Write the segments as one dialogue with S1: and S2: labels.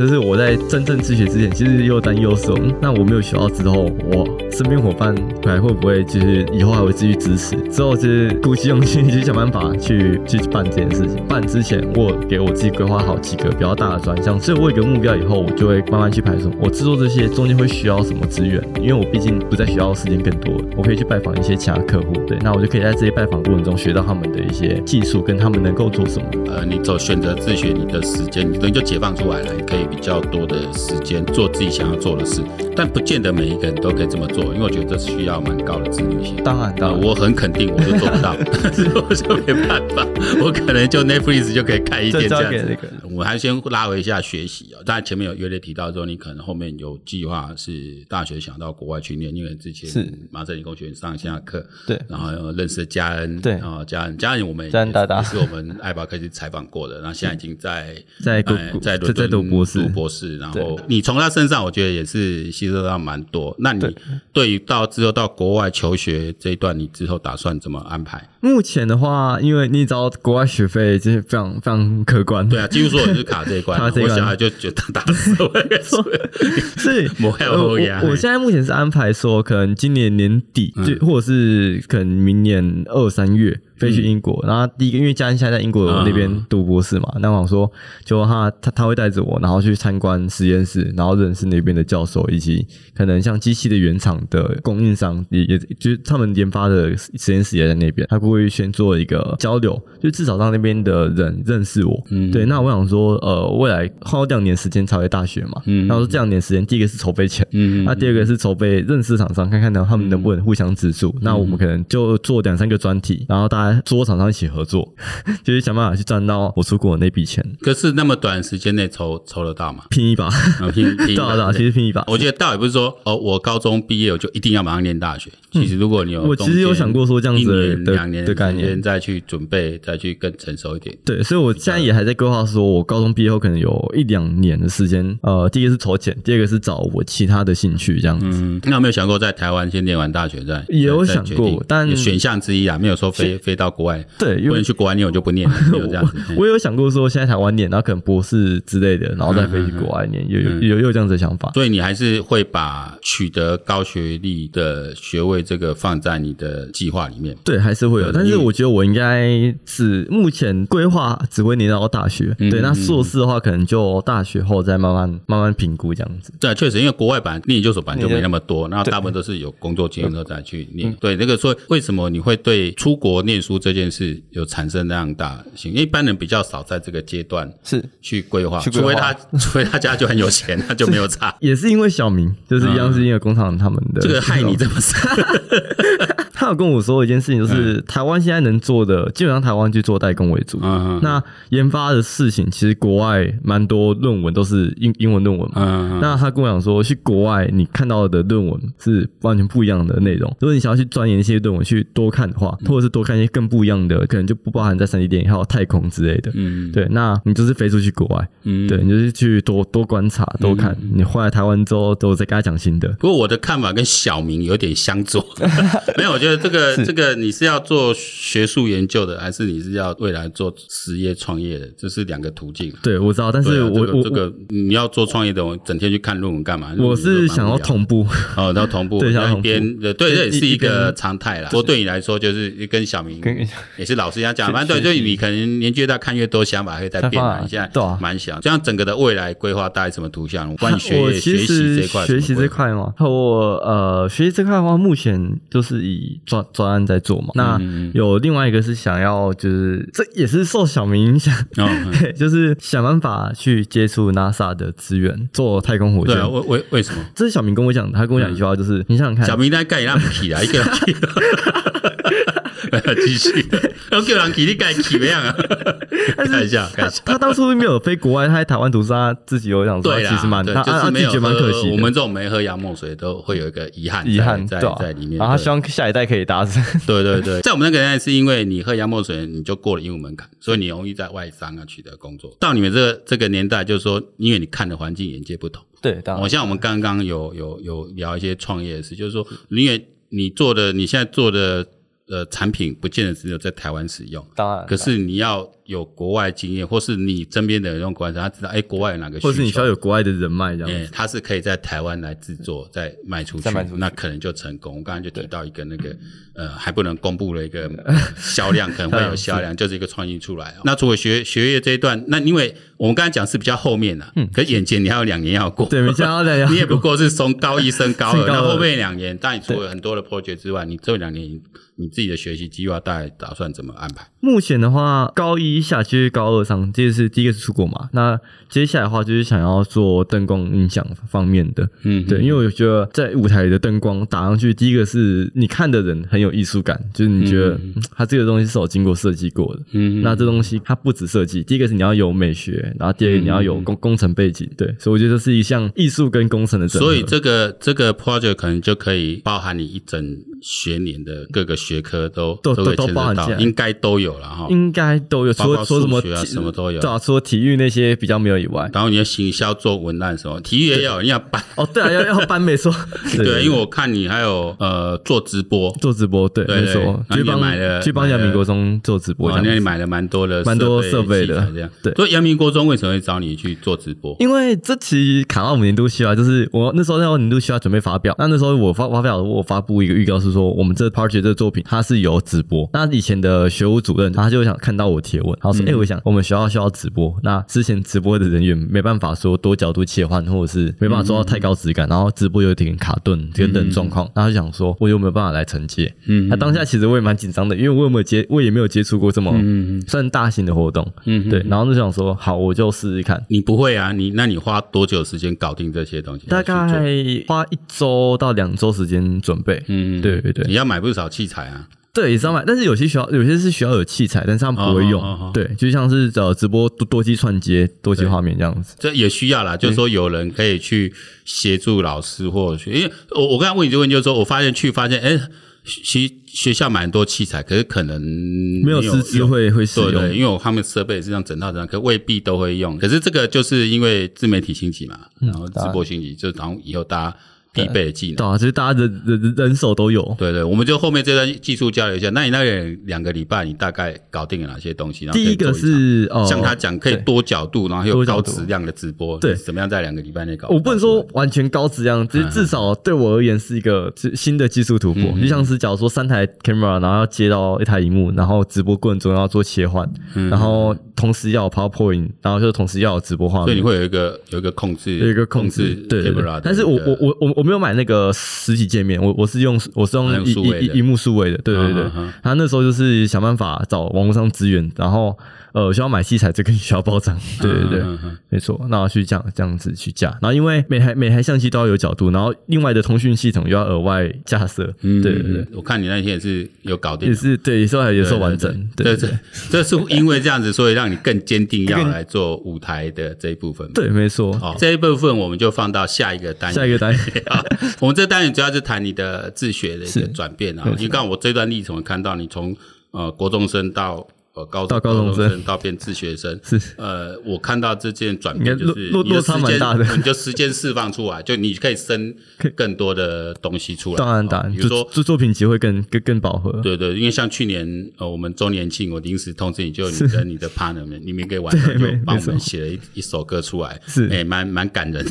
S1: 就是我在真正自学之前，其实又担忧说，嗯那我没有学到之后，我身边伙伴还会不会就是以后还会继续支持？之后就是鼓起勇气去想办法去去办这件事情。办之前，我给我自己规划好几个比较大的专项，所以我有一个目标以后，我就会慢慢去排说，我制作这些中间会需要什么资源，因为我毕竟不在学校的时间更多，我可以去拜访一些其他客户，对，那我就可以在这些拜访过程中学到他们的一些技术跟他们能够做什么。
S2: 呃，你走选择自学，你的时间你等于就解放出来了，你可以比较多的时间做自己想要做的事，但不见得每一个人都可以这么做，因为我觉得这需要蛮高的自律性。
S1: 当然，
S2: 啊，
S1: 当然，
S2: 我很肯定，我就做不到， 我就没办法，我可能就 Netflix 就可以看一
S1: 这
S2: 点
S1: 交
S2: 这样
S1: 给
S2: 子。
S1: 那个。
S2: 我还先拉回一下学习啊、哦，大家前面有约略提到说，你可能后面有计划是大学想到国外去念，因为之前
S1: 是
S2: 麻省理工学院上下课，
S1: 对
S2: 然后认识家恩，
S1: 对
S2: 然后家恩，家人我们也
S1: 家恩大大
S2: 也是我们爱宝科技采访过的，然后现在已经在
S1: 在读
S2: 呃
S1: 在
S2: 在伦
S1: 在
S2: 敦
S1: 读博士
S2: 读博士，然后
S1: 对
S2: 你从他身上我觉得也是吸收到蛮多。那你
S1: 对
S2: 对于到之后到国外求学这一段，你之后打算怎么安排？
S1: 目前的话，因为你也知道国外学费就是非常非常可观，
S2: 对啊，几乎说我就是卡这一关 啊，
S1: 卡这一
S2: 我
S1: 关
S2: 小孩就觉得打死我 也是。
S1: 所 以
S2: 没有
S1: 呃我
S2: 好啊哎呀
S1: 我我现在目前是安排说，可能今年年底，
S2: 嗯
S1: 就或者是可能明年二三月飞去英国。然后第一个，因为家人现在在英国
S2: 嗯
S1: 那边读博士嘛，那我想说，就他他他会带着我，然后去参观实验室，然后认识那边的教授，以及可能像机器的原厂的供应商，也也就是他们研发的实验室也在那边，他会先做一个交流，就至少让那边的人认识我。
S2: 嗯
S1: 对，那我想说，呃，未来花两年时间才回大学嘛，
S2: 嗯
S1: 嗯，那我说这两年时间，第一个是筹备钱，
S2: 嗯，
S1: 那、第二个是筹备认识厂商，看看呢他们能不能互相资助。那
S2: 嗯
S1: 我们可能就做两三个专题，然后大家做厂商一起合作， 就是想办法去赚到我出国的那笔钱，
S2: 可是那么短时间内抽抽得到嘛？
S1: 拼一把，
S2: 啊拼拼
S1: 对啊对啊，其实拼一把。
S2: 我觉得倒也不是说哦，我高中毕业我就一定要马上念大学。其实如果你有，
S1: 嗯我其实有想过说这样子的
S2: 一年两年
S1: 的概念
S2: 时间再去准备，再去更成熟一点。
S1: 对，所以我现在
S2: 啊
S1: 也还在规划，说我高中毕业后可能有一两年的时间，呃，第一个是筹钱，第二个是找我其他的兴趣这样子。
S2: 嗯，那有没有想过在台湾先念完大学再？
S1: 也有
S2: 再
S1: 想
S2: 决
S1: 过
S2: 定
S1: 但
S2: 也选项之一啊，没有说飞飞到国外，
S1: 对，因
S2: 不
S1: 为
S2: 能去国外念我就不念了， 没有这样子。嗯
S1: 我有想过说，现在台湾念，然后可能博士之类的，然后
S2: 嗯
S1: 再飞去国外念，有有有有这样子的想法。
S2: 所以你还是会把取得高学历的学位这个放在你的计划里面。
S1: 对，还是
S2: 嗯
S1: 会有，但是我觉得我应该只目前规划只会念到大学，
S2: 嗯
S1: 对，那
S2: 嗯
S1: 硕士的话可能就大学后再慢慢慢慢评估这样子。
S2: 对，确实，因为国外版念研究所版就没那么多，然后
S1: 对嗯
S2: 大部分都是有工作经验之后再去念。对，那个说为什么你会对出国念书这件事有产生那样大的兴趣？因为一般人比较少在这个阶段
S1: 是，
S2: 去规划，
S1: 去规
S2: 除
S1: 划
S2: 非他除非他家就很有钱，他就没有 差。
S1: 也是因为小明，就是一样是因为工厂他们的
S2: 嗯这个害你这嗯么深，
S1: 他有跟我说一件事情，就是台湾现在能做的，基本上台湾去做代工为主。
S2: 嗯
S1: 那研发的事情，其实国外蛮多论文都是英英文论文嘛。
S2: 嗯，
S1: 那他跟我讲说，去国外你看到的论文是完全不一样的内容。如果你想要去钻研一些论文，去多看的
S2: 嗯
S1: 话，或者是多看一些更不一样的，可能就不包含在三 D 电影还有太空之类的。
S2: 嗯
S1: 对，那你就是飞出去国外，
S2: 嗯
S1: 对你就是去多多观察、多看。你回来台湾之后，都再跟他讲新的。
S2: 不过我的看法跟小明有点相左， 没有，我觉得这个这个你是要做学术研究的，还是你是要未来做实业创业的，这是两个途径。
S1: 对，我知道，但
S2: 对
S1: 是
S2: 啊
S1: 我、
S2: 这个
S1: 我
S2: 这个你要做创业的，我整天去看论文干嘛？
S1: 我我是
S2: 论文都蛮
S1: 想
S2: 无
S1: 要
S2: 聊
S1: 同步，
S2: 哦，然后同步
S1: 对想要
S2: 然后
S1: 同步
S2: 一边对对，这也
S1: 一
S2: 是一
S1: 一边
S2: 个常态啦。说对你来说，就是跟小明
S1: 跟
S2: 也是老师一样讲，反正对，就是你可能年纪越大，看越多，想法会在变
S1: 想
S2: 啊
S1: 法。
S2: 你现在
S1: 对啊
S2: 蛮想这样，整个的未来规划大概什么图 像？关于学
S1: 我
S2: 业
S1: 其
S2: 学习
S1: 实
S2: 这一块，
S1: 学习这。块嘛，我呃学习这块的话，目前就是以专专案在做嘛。那
S2: 嗯
S1: 有另外一个是想要，就是这也是受小明影响，
S2: 哦，嗯
S1: 对，就是想办法去接触 NASA 的资源，做太空火
S2: 对
S1: 箭
S2: 啊，。为为为 什么？
S1: 这是小明跟我讲的，他跟我讲一句话，就是你想想看，
S2: 小明在盖人起啦，一个人起， 继 续，要叫人起你盖起怎样啊？看一下，
S1: 他
S2: 看一下。
S1: 他当初没有飞国外，他在台湾读书，他自己有想说，
S2: 对
S1: 他
S2: 啦，
S1: 其实蛮
S2: 对
S1: 他
S2: 就
S1: 他
S2: 是
S1: 他
S2: 没
S1: 自
S2: 有
S1: 己觉得蛮
S2: 喝
S1: 可惜
S2: 我
S1: 的。
S2: 们这种没喝洋墨水都会有一个遗憾在，
S1: 遗憾
S2: 在
S1: 对啊
S2: 在里面。
S1: 然后他
S2: 对
S1: 希望下一代可以达成。
S2: 对对 对，在我们那个年代，是因为你喝洋墨水，你就过了英文门槛，所以你容易在外商啊取得工作。到你们这个这个年代，就是说，因为你看的环境眼界不同。
S1: 对，当
S2: 我、像我们刚刚有有有聊一些创业的事，就是说，因为你做的你现在做的呃产品，不见得只有在台湾使用，
S1: 当然
S2: 可是你要有国外经验，或是你身边的人用国外经验，他知道哎，国外有哪个需求，
S1: 或者是你需要有国外的人脉这样
S2: 哎
S1: 子。
S2: 他是可以在台湾来制作，再卖出去
S3: 再卖出去
S2: 那可能就成功。我刚刚就提到一个那个呃还不能公布的一个销量，可能会有销量，就是一个创新出来哦。那除了学学业这一段，那因为我们刚才讲是比较后面的，啊可眼前你还有两年要过，
S1: 对，没想到大家
S2: 你也不过是从高一升高
S1: 升
S2: 二，
S1: 高二
S2: 那后面两年，但你除了很多的 project 之外，你这两年你自己的学习计划大概打算怎么安排？
S1: 目前的话，高一下就是高二上，这是第一个是出国嘛。那接下来的话，就是想要做灯光音响方面的。
S2: 嗯，
S1: 对，因为我觉得在舞台的灯光打上去，第一个是你看的人很有艺术感，就是你觉得、嗯它这个东西是有经过设计过的。
S2: 嗯
S1: 那这东西它不止设计，第一个是你要有美学，然后第二个你要
S2: 嗯
S1: 有工工程背景，对，所以我觉得这是一项艺术跟工程的整合。
S2: 所以这个这个 project 可能就可以包含你一整学年的各个学科都
S1: 都
S2: 会
S1: 都
S2: 牵
S1: 都包
S2: 涉
S1: 含
S2: 到
S1: 进，来
S2: 应该都有了哈。
S1: 应该都有，除
S2: 包
S1: 了
S2: 括
S1: 说什么
S2: 数学啊
S1: 体
S2: 什么都有
S1: 对啊，除了体育那些比较没有以外，
S2: 然后你要行销做文案什么，体育也有，你要办
S1: 哦，对啊，要要搬没错，
S2: 对，因为我看你还有呃做直播，
S1: 做直播，对，
S2: 对
S1: 没
S2: 对
S1: 错，
S2: 然后
S1: 去
S2: 你也买了
S1: 帮去帮
S2: 买
S1: 阳
S2: 了哦
S1: 明国中做直播
S2: 我
S1: 这
S2: 那
S1: 样
S2: 里
S1: 子。
S2: 买了蛮多的
S1: 蛮多设备的
S2: 器材这样。
S1: 对
S2: 所以阳明国中为什么会找你去做直播？
S1: 因为这期卡到我们年度计划，就是我那时候要年度计划准备发表，那那时候我发发表我发布一个预告是说，我们这 p a r t y 这个作品它是有直播。那以前的学务主任他就想看到我贴文，然后
S2: 嗯
S1: 说，哎、我想我们学校需要直播，那之前直播的人员没办法说多角度切换，或者是没办法做到太高质
S2: 嗯
S1: 感，然后直播有点卡顿等等状况，然后就想说我有没有办法来承接？
S2: 嗯
S1: 那当下其实我也蛮紧张的，因为我有没有接，我也没有接触过这么算大型的活动，
S2: 嗯
S1: 对，然后就想说好，我就试试看。
S2: 你不会啊？你那你花多久时间搞定这些东西？
S1: 大
S2: 还是去做
S1: 概花一周到两周时间准备。
S2: 嗯，
S1: 对对对
S2: 你要买不少器材啊。
S1: 对，也是要买，但是有些学校有些是学校有器材，但是他们不会用。
S2: 哦哦哦哦
S1: 对，就像是呃直播多多机串接、多机画面这样子。
S2: 这也需要
S1: 嗯
S2: 啦，就是说有人可以去协助老师或去，因为我我刚才问你这个问题，就是说我发现去发现，哎，其实学校蛮多器材，可是可能
S1: 没
S2: 没
S1: 有师资会会使
S2: 对
S1: 用，
S2: 对，因为我他们设备是这样整套整套，可未必都会用。可是这个就是因为自媒体兴起嘛，然后直播兴起，就然后以后大家必备的技能。
S1: 嗯对啊，就是大家人人人手都有。
S2: 对对，我们就后面这段技术交流一下。那你那两个礼拜，你大概搞定了哪些东西？然后可
S1: 第
S2: 以
S1: 一个
S2: 做场
S1: 是哦，
S2: 像他讲，可以
S1: 对
S2: 多角度，然后有
S1: 多
S2: 高
S1: 角度
S2: 质量的直播，
S1: 对
S2: 怎么样在两个礼拜内搞？
S1: 我不能说完全高质量，
S2: 嗯
S1: 只是至少对我而言是一个是新的技术突破。就像是假如说三台 camera，然后要接到一台荧幕，然后直播过程中要做切换，
S2: 嗯
S1: 然后同时要有 PowerPoint，然后就同时要有直播画
S2: 所以你
S1: 面。
S2: 会有一个有一个控制，
S1: 有一个控制，对对
S2: camera
S1: 对
S2: 的。
S1: 但是我
S2: 一个
S1: 我我我我没有买那个实体界面，我我是用我是
S2: 啊用
S1: 用一
S2: 数位
S1: 一
S2: 的
S1: 一一幕数位的，对对对
S2: 嗯嗯嗯。
S1: 然后那时候就是想办法找网络上资源，然后呃需要买器材就跟学校报账，对对对。
S2: 嗯嗯嗯
S1: 没错，那我去这样这样子去架，然后因为每台每台相机都要有角度，然后另外的通讯系统又要额外架设，
S2: 嗯
S1: 对对对，
S2: 我看你那天也是有搞定
S1: 也
S2: 的，
S1: 是对，也是还也
S2: 对
S1: 是完整，对
S2: 对
S1: 对
S2: 对，这这是因为这样子，所以让你更坚定要来做舞台的这一部分嘛。
S1: 对没错。
S2: 好，这一部分我们就放到下一个单元。
S1: 下一个单元
S2: 好我们这单元主要是谈你的自学的一个
S1: 是
S2: 转变啊。因为刚刚我这段历程我看到你从呃国中生到呃高
S1: 到高中生
S2: 生到变自学生，
S1: 是
S2: 呃，我看到这件转变
S1: 应该落
S2: 就是
S1: 落
S2: 你的
S1: 落差
S2: 时
S1: 蛮
S2: 间
S1: 大的
S2: 你就时间释放出来，就你可以生更多的东西出来。
S1: 当然
S2: 哦
S1: 当然，
S2: 比如
S1: 就
S2: 说
S1: 就作品集会更更更饱和，
S2: 对对，因为像去年呃，我们周年庆，我临时通知你，就 你跟你的 partner 们，你们可以晚上
S1: 对
S2: 就
S1: 没
S2: 帮我
S1: 没
S2: 们
S1: 错
S2: 写了一一首歌出来，
S1: 是
S2: 哎，蛮蛮感人 的。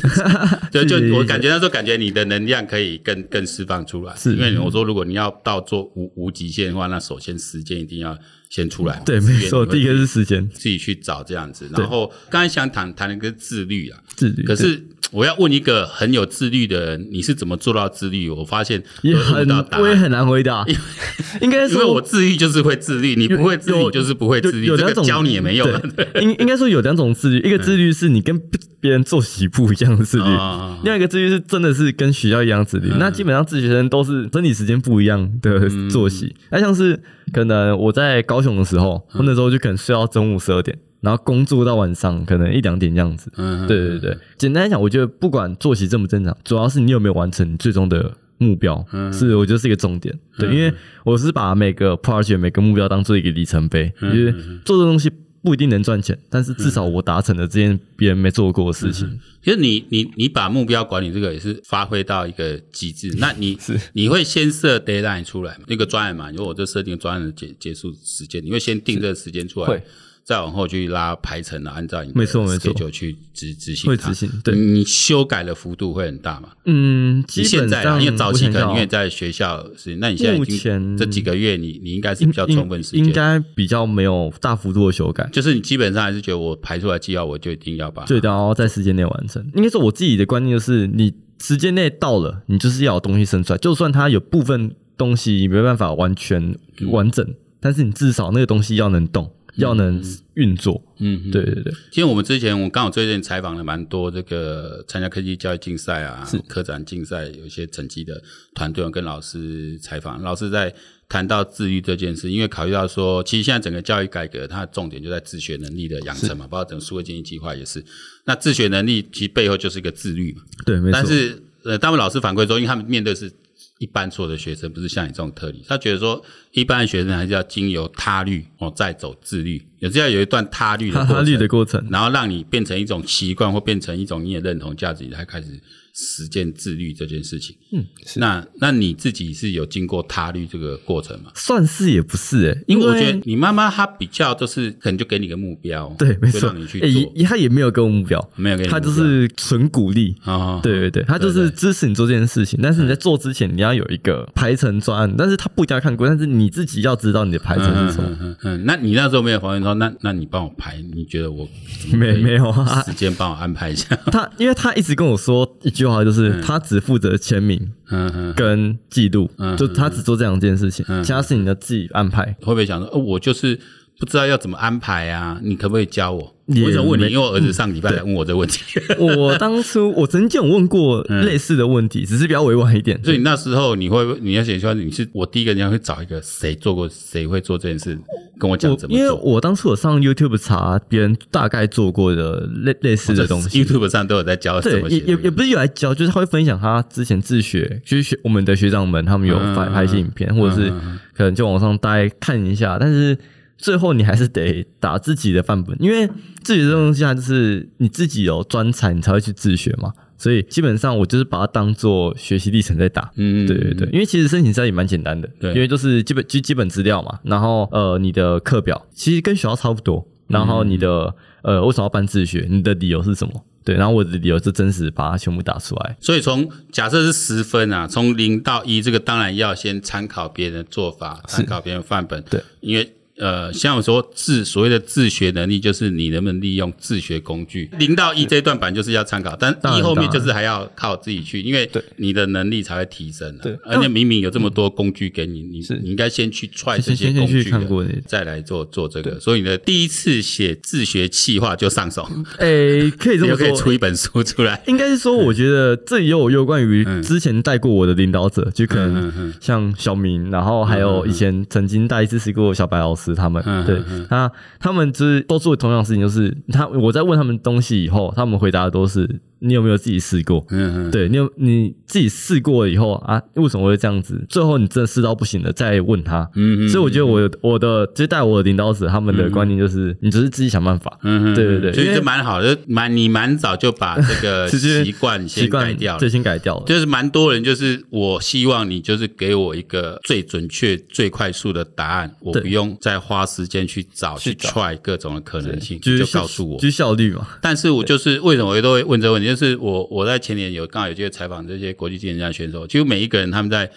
S2: 就就是我感觉那时候感觉你的能量可以更更释放出来，
S1: 是
S2: 因为我说如果你要到做无无极限的话，那首先时间一定要先出来嘛，
S1: 对
S2: 资源
S1: 没错。
S2: 你会
S1: 第一个是时间
S2: 自己去找这样子，然后刚才想谈谈一个自律啊，
S1: 自律，
S2: 可是我要问一个很有自律的人，你是怎么做到自律？我发现
S1: 对也
S2: 都问不
S1: 很
S2: 到答案
S1: 我也很难回答， 应该
S2: 因为
S1: 说
S2: 我自律就是会自律，你不会自律
S1: 有
S2: 就是不会自律，
S1: 有有
S2: 这
S1: 两
S2: 个
S1: 种
S2: 教你也没用啊。
S1: 对，应应该说有两种自律，一个自律是你跟别人作息不一样的自律
S2: 啊，
S1: 另外一个自律是真的是跟学校一样自律。那基本上自学生都是生理时间不一样的作息。那像是可能我在高雄的时候，我那时候就可能睡到中午十二点，然后工作到晚上可能一两点这样子。
S2: 嗯，
S1: 对对对，简单来讲，我觉得不管作息正不正常，主要是你有没有完成最终的目标，是我觉得是一个重点。对，因为我是把每个 project 每个目标当做一个里程碑，因为做这东西不一定能赚钱，但是至少我达成了这件别人没做过的事情。
S2: 其实你你你把目标管理这个也是发挥到一个极 致。那你你会先设 deadline 出来嘛？那个专案嘛，如果我这设定专案的结结束时间，你会先定这个时间出来
S3: 会。
S2: 再往后去拉排程啊，按照你的
S1: 没错没错
S2: schedule 去执执行
S1: 会
S2: 它
S1: 执行对
S2: 你你修改的幅度会很大嘛？
S1: 嗯，基
S2: 你现
S1: 本
S2: 在啊
S1: 上
S2: 因为早期可能
S1: 我
S2: 因
S1: 想
S2: 为
S1: 要
S2: 在学校是，那你现在已
S1: 目
S2: 经
S1: 前
S2: 这几个月你你应该是比较
S1: 哦应
S2: 充分时
S1: 应
S2: 间，啊
S1: 该比较没有大幅度的修改。
S2: 就是你基本上还是觉得我排出来纪要，我就一定要把
S1: 最然后在时间内完成。应该说我自己的观念就是，你时间内到了，你就是要有东西生出来，就算它有部分东西没办法完全
S2: 嗯
S1: 完整，但是你至少那个东西要能动，要能运作。
S2: 嗯，
S1: 对。对对，
S2: 因为我们之前我刚好最近采访了蛮多这个参加科技教育竞赛啊、科展竞赛有一些成绩的团队，我跟老师采访，老师在谈到自律这件事，因为考虑到说，其实现在整个教育改革，它的重点就在自学能力的养成嘛，包括整个数位经济计划也是。那自学能力其实背后就是一个自律嘛。
S1: 对没错。
S2: 但是呃，他们老师反馈说，因为他们面对是一般所有的学生，不是像你这种特例，他觉得说一般的学生还是要经由他律哦，再走自律，也是要有一段他律的
S1: 哈
S2: 过
S1: 哈
S2: 程，
S1: 绿的过程，
S2: 然后让你变成一种习惯，或变成一种你也认同价值，你才开始实践自律这件事情。嗯，那那你自己是有经过他律这个过程吗？
S1: 算是也不是诶、欸
S2: 因
S1: 因
S2: 为我觉得
S1: 为。
S2: 你妈妈她比较就是可能就给你个目标，
S1: 对，没
S2: 就
S1: 错
S2: 让你去，
S1: 欸
S2: 做，嗯
S1: 也他也没有给我目标，
S2: 没有给你目标
S1: 他就是纯鼓励，
S2: 啊，
S1: 对对对，他就
S2: 对
S1: 是
S2: 对
S1: 支持你做这件事情，但是你在做之前，你要有一个排程专案，但是他不一定要看过，但是你自己要知道你的排程
S2: 嗯
S1: 是什么
S2: 嗯。嗯嗯，那你那时候没有怀疑说，那那你帮我排，你觉得 我怎么
S1: 没
S2: 可以
S1: 没有啊
S2: 时间帮我安排一下？
S1: 他因为他一直跟我说一句话，就是他只负责签名
S2: 嗯嗯，
S1: 跟记录
S2: 嗯，
S1: 就他只做这两件事情，其他事情你要自己安排。
S2: 会不会想说，哦，我就是不知道要怎么安排啊？你可不可以教我？
S1: 也
S2: 我想问你，
S1: 没嗯
S2: 因为我儿子上礼拜来问我这个问 题，
S1: 我当初我曾经有问过类似的问题，只是比较委婉一点。
S2: 所以那时候你会你要写说你是我第一个，你要去找一个谁做过，谁会做这件事，跟我讲
S1: 我
S2: 怎么
S1: 因为
S2: 做。
S1: 我当初有上 YouTube 查别人大概做过的类类似的东西，
S2: YouTube 上都有在教
S1: 对
S2: 怎，么
S1: 也
S2: 写
S1: 也也不是有来教，就是他会分享他之前自学，就是学我们的学长们，他们有
S2: 嗯
S1: 拍
S2: 嗯
S1: 拍一些影片，或者是
S2: 嗯嗯
S1: 可能就网上大概看一下，但是最后你还是得打自己的范本，因为自学这东西它就是你自己有专长，你才会去自学嘛。所以基本上我就是把它当做学习历程在打。
S2: 嗯，
S1: 对对对，因为其实申请资料也蛮简单的，
S2: 对
S1: 因为就是基本基基本资料嘛，然后呃你的课表其实跟学校差不多，然后你的、
S2: 嗯
S1: 呃为什么要办自学，你的理由是什么？对，然后我的理由是真实把它全部打出来，
S2: 所以从假设是十分啊，从零到一，这个当然要先参考别人的做法，参考别人的范本。
S1: 对，
S2: 因为呃，像我说自所谓的自学能力，就是你能不能利用自学工具。零到一这一段版就是要参考，但
S1: 当
S2: 一
S1: 然
S2: 后面
S1: 当然
S2: 就是还要靠自己去，因为
S3: 对
S2: 你的能力才会提升、啊。
S3: 对
S2: 而且明明有这么多工具给你，你
S3: 是
S2: 你应该先去踹这
S1: 先
S2: 些
S1: 先
S2: 工
S1: 先
S2: 具
S1: 去
S2: 的
S1: 看 过你。
S2: 再来做做这个。所以你的第一次写自学企划就上手，
S1: 诶，可以这
S2: 你
S1: 么
S2: 哎就可以出
S1: 说。
S2: 一本书出来。
S1: 应该是
S2: 嗯
S1: 说，我觉得这也有有关于之前带过我的领导者，就可
S2: 嗯
S1: 能
S2: 嗯嗯
S1: 像小明，然后还有以前曾经带支持过小白老师他们，
S2: 嗯嗯
S1: 对，那他们就是都做同样的事情，就是他我在问他们东西以后，他们回答的都是你有没有自己试过？
S2: 嗯嗯，
S1: 对你有你自己试过了以后啊，为什么会这样子？最后你真的试到不行了，再问他。
S2: 嗯嗯
S1: 所以我觉得我我的就带我的领导者他们的观念就是，你就是自己想办法。
S2: 嗯，嗯
S1: 对对对
S2: 所以
S1: 因为
S2: 这蛮好的，蛮你蛮早就把这 个
S1: 其实
S2: 习惯
S1: 习
S2: 先改
S1: 惯
S2: 掉了
S1: 最。先改掉了。
S2: 就是蛮多人，就是我希望你就是给我一个最准确、最快速的答案，我
S1: 对
S2: 不用再花时间去找、去
S3: 去找
S2: try 各种的可能性，
S1: 就是
S2: 就告诉我。
S1: 就是效率嘛，
S2: 但是我就是为什么我都会问这个问题，就是我我在前年有刚好有机会采访这些国际竞赛选手，几乎每一个人他们在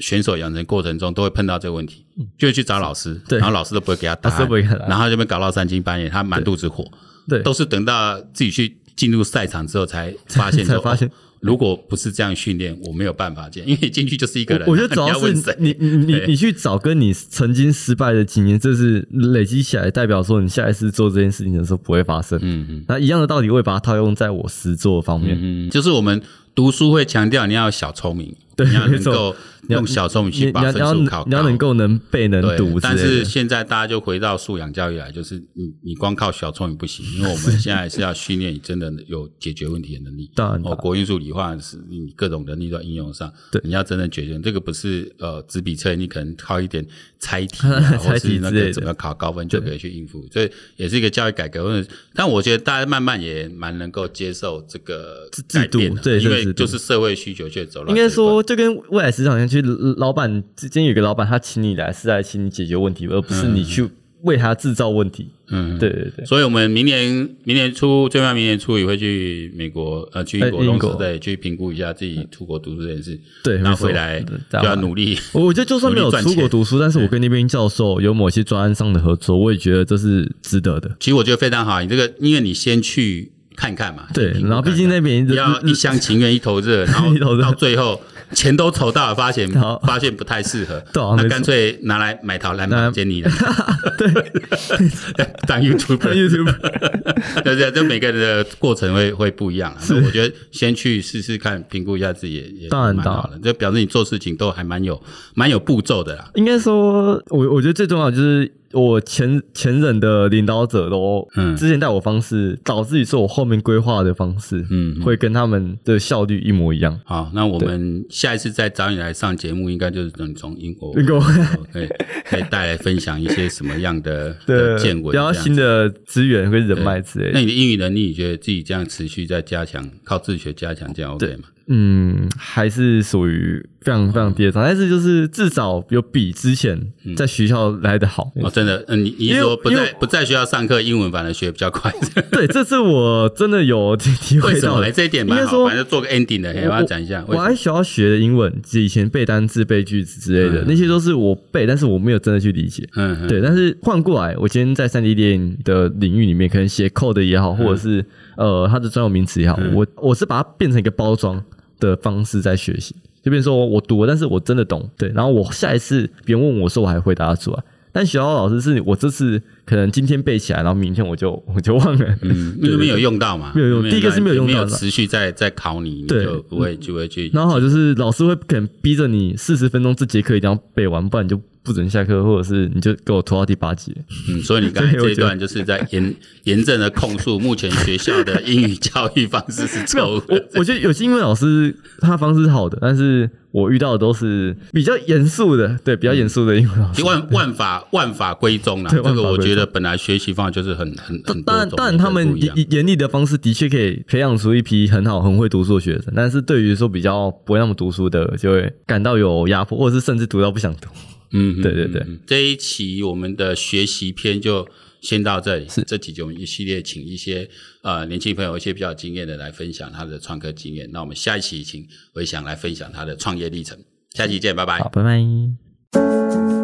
S2: 选手养成过程中都会碰到这个问题，就会去找老师，
S1: 嗯对
S2: 然后老师都不会给他答
S1: 老师
S2: 案，
S1: 不会给他答案
S2: 然后就被搞到三更半夜，他满肚子火，
S1: 对，
S2: 都是等到自己去进入赛场之后才发现说，
S1: 才发现
S2: 哦如果不是这样训练，我没有办法进，因为进去就是一个人啊、
S1: 我我觉得主
S2: 你
S1: 要
S2: 要问
S1: 是
S2: 谁
S1: 你你你
S2: 对
S1: 你去找跟你曾经失败的经验，这是累积起来，代表说你下一次做这件事情的时候不会发生。
S2: 嗯嗯
S1: 那一样的道理，我也把它套用在我实作方面。
S2: 嗯，就是我们读书会强调你要有小聪明，
S1: 对
S2: 你要
S1: 没
S2: 能
S1: 错
S2: 够
S1: 你要
S2: 用小聪明
S1: 你
S2: 去
S1: 你
S2: 把
S1: 要你
S2: 分
S1: 要
S2: 数考高，
S1: 你要能够能背能
S2: 对，
S1: 读之
S2: 但
S1: 类
S2: 是
S1: 的。
S2: 现在大家就回到素养教育来，就是你你光靠小聪明不行，因为我 们现在是要训练你真的有解决问题的能力。
S1: 当然
S2: 哦，国英数理化是你各种能力都要应用上。
S1: 对
S2: 你要真的解决这个不是呃纸笔测验，你可能靠一点猜题、啊、或
S1: 猜
S2: 是
S1: 题
S2: 那
S1: 之类
S2: 个
S1: 的
S2: 怎么考高分就可以去应付，所以也是一个教育改革问题。但我觉得大家慢慢也蛮能够接受这个
S1: 制
S2: 改
S1: 度
S2: 变的、
S1: 对
S2: 因
S1: 这
S2: 为
S1: 个制
S2: 就
S1: 度
S2: 是社会需求却走乱
S1: 应
S2: 这一段。
S1: 该说，就跟未来市场上去，老板之间有一个老板，他请你来是来请你解决问题，而不是你去为他制造问题。
S2: 嗯，
S1: 对。对对，
S2: 所以，我们明年明年初，最慢明年初也会去美国，呃，去英国
S1: 哎英
S2: 公
S1: 国
S2: 司，对，去评估一下自己出国读书这件事。
S1: 对
S2: 然
S1: 没
S2: 后
S1: 错
S2: 回来
S1: 对
S2: 就
S1: 大家
S2: 要努力。
S1: 我我觉得就算没有
S2: 努力赚
S1: 出
S2: 钱嗯
S1: 国读书，但是我跟那边教授有某些专案上的合作，我也觉得这是值得 的。
S2: 其实我觉得非常好，你这个，因为你先去看看嘛，
S1: 对
S2: 去评，估
S1: 然后毕竟
S2: 看看
S1: 那边
S2: 不要一厢情愿、一头热，然
S1: 一头
S2: 后
S1: 热
S2: 到最后钱都筹到了，发现
S1: 好
S2: 发现不太适合
S1: 对啊，没
S2: 那
S1: 错
S2: 干脆拿来买桃来
S1: 拿来
S2: 买 坚尼来
S1: 对
S2: 当 YouTuber，
S1: ，YouTube
S2: 对对，就每个人的过程会会不一样啊。那我觉得先去试试看，评估一下自己也也
S1: 当然
S2: 蛮好的，就表示你做事情都还蛮有蛮有步骤的啦。
S1: 应该说，我我觉得最重要的就是我前前任的领导者都，
S2: 嗯
S1: 之前带我方式，导致于是我后面规划的方式，
S2: 嗯嗯
S1: 会跟他们的效率一模一样。
S2: 好，那我们下一次再找你来上节目，应该就是等你从英国
S1: 英国
S2: 可以可以带来分享一些什么样的
S1: 对
S2: 的，见闻，
S1: 比较
S2: 这样
S1: 新的资源跟人脉之类
S2: 那
S1: 的。
S2: 你的英语能力，你觉得自己这样持续在加强，靠自学加强，这样 OK 吗？
S1: 嗯，还是属于非常非
S2: 嗯
S1: 常低的档，但是就是至少有比之前在学校来的好。
S2: 哦，真的，嗯嗯，你你
S1: 因
S2: 是
S1: 为
S2: 说不
S1: 因
S2: 在
S1: 为
S2: 不在学校上课，英文反而学比较快，
S1: 对，这次我真的有体体
S2: 为
S1: 会
S2: 什
S1: 到
S2: 么？哎，这一点蛮
S1: 应该
S2: 好，
S1: 说
S2: 反正做个 ending 的，给
S1: 我
S2: 大家讲一下。为
S1: 我
S2: 什么
S1: 还学要学的英文，以前背单词、背句子之类的，
S2: 嗯
S1: 那些都是我背，但是我没有真的去理解。
S2: 嗯，嗯，
S1: 对，但是换过来，我今天在三 D 电影的领域里面，可能写 code 也
S2: 嗯
S1: 好，或者是呃它的专有名词也好，我我是把它变成一个包装的方式在学习。就变成说我读了，但是我真的懂，对。然后我下一次别人问我说，我还回答得出来。但学校老师是我这次可能今天背起来，然后明天我就 我就忘了。
S2: 嗯， 因为没有用到嘛，
S1: 没有用第一个是没有用到
S2: 没
S1: 的
S2: 有持续在在考你，你
S1: 对
S2: 就不会就会去
S1: 然后好就是老师会可能逼着你四十分钟这节课一定要背完，不然你就不准下课，或者是你就给我拖到第八节。
S2: 嗯，所以你刚才
S1: 对我
S2: 这一
S1: 觉得
S2: 段就是在严严正的控诉目前学校的英语教育方式 是错误的。
S1: 我觉得有些英文老师他方式是好的，但是我遇到的都是比较严肃的，对，比较严肃的英文老师。
S2: 万万法万法归宗啦，
S1: 对
S2: 这
S1: 万法
S2: 个我
S1: 归
S2: 觉得本来学习方法就是很很
S1: 当
S2: 很多
S1: 然，
S2: 种，
S1: 当然，他们
S2: 每个人不一样
S1: 严严厉的方式的确可以培养出一批很好、很会读书的学生，但是对于说比较不会那么读书的，就会感到有压迫，或者是甚至读到不想读。
S2: 嗯，
S1: 对对对
S2: 嗯，嗯这一期我们的学习篇就先到这里。是这几集我们一系列请一些呃年轻朋友一些比较有经验的来分享他的创客经验。那我们下一期请回想来分享他的创业历程。下期见，拜拜。
S1: 好，拜拜。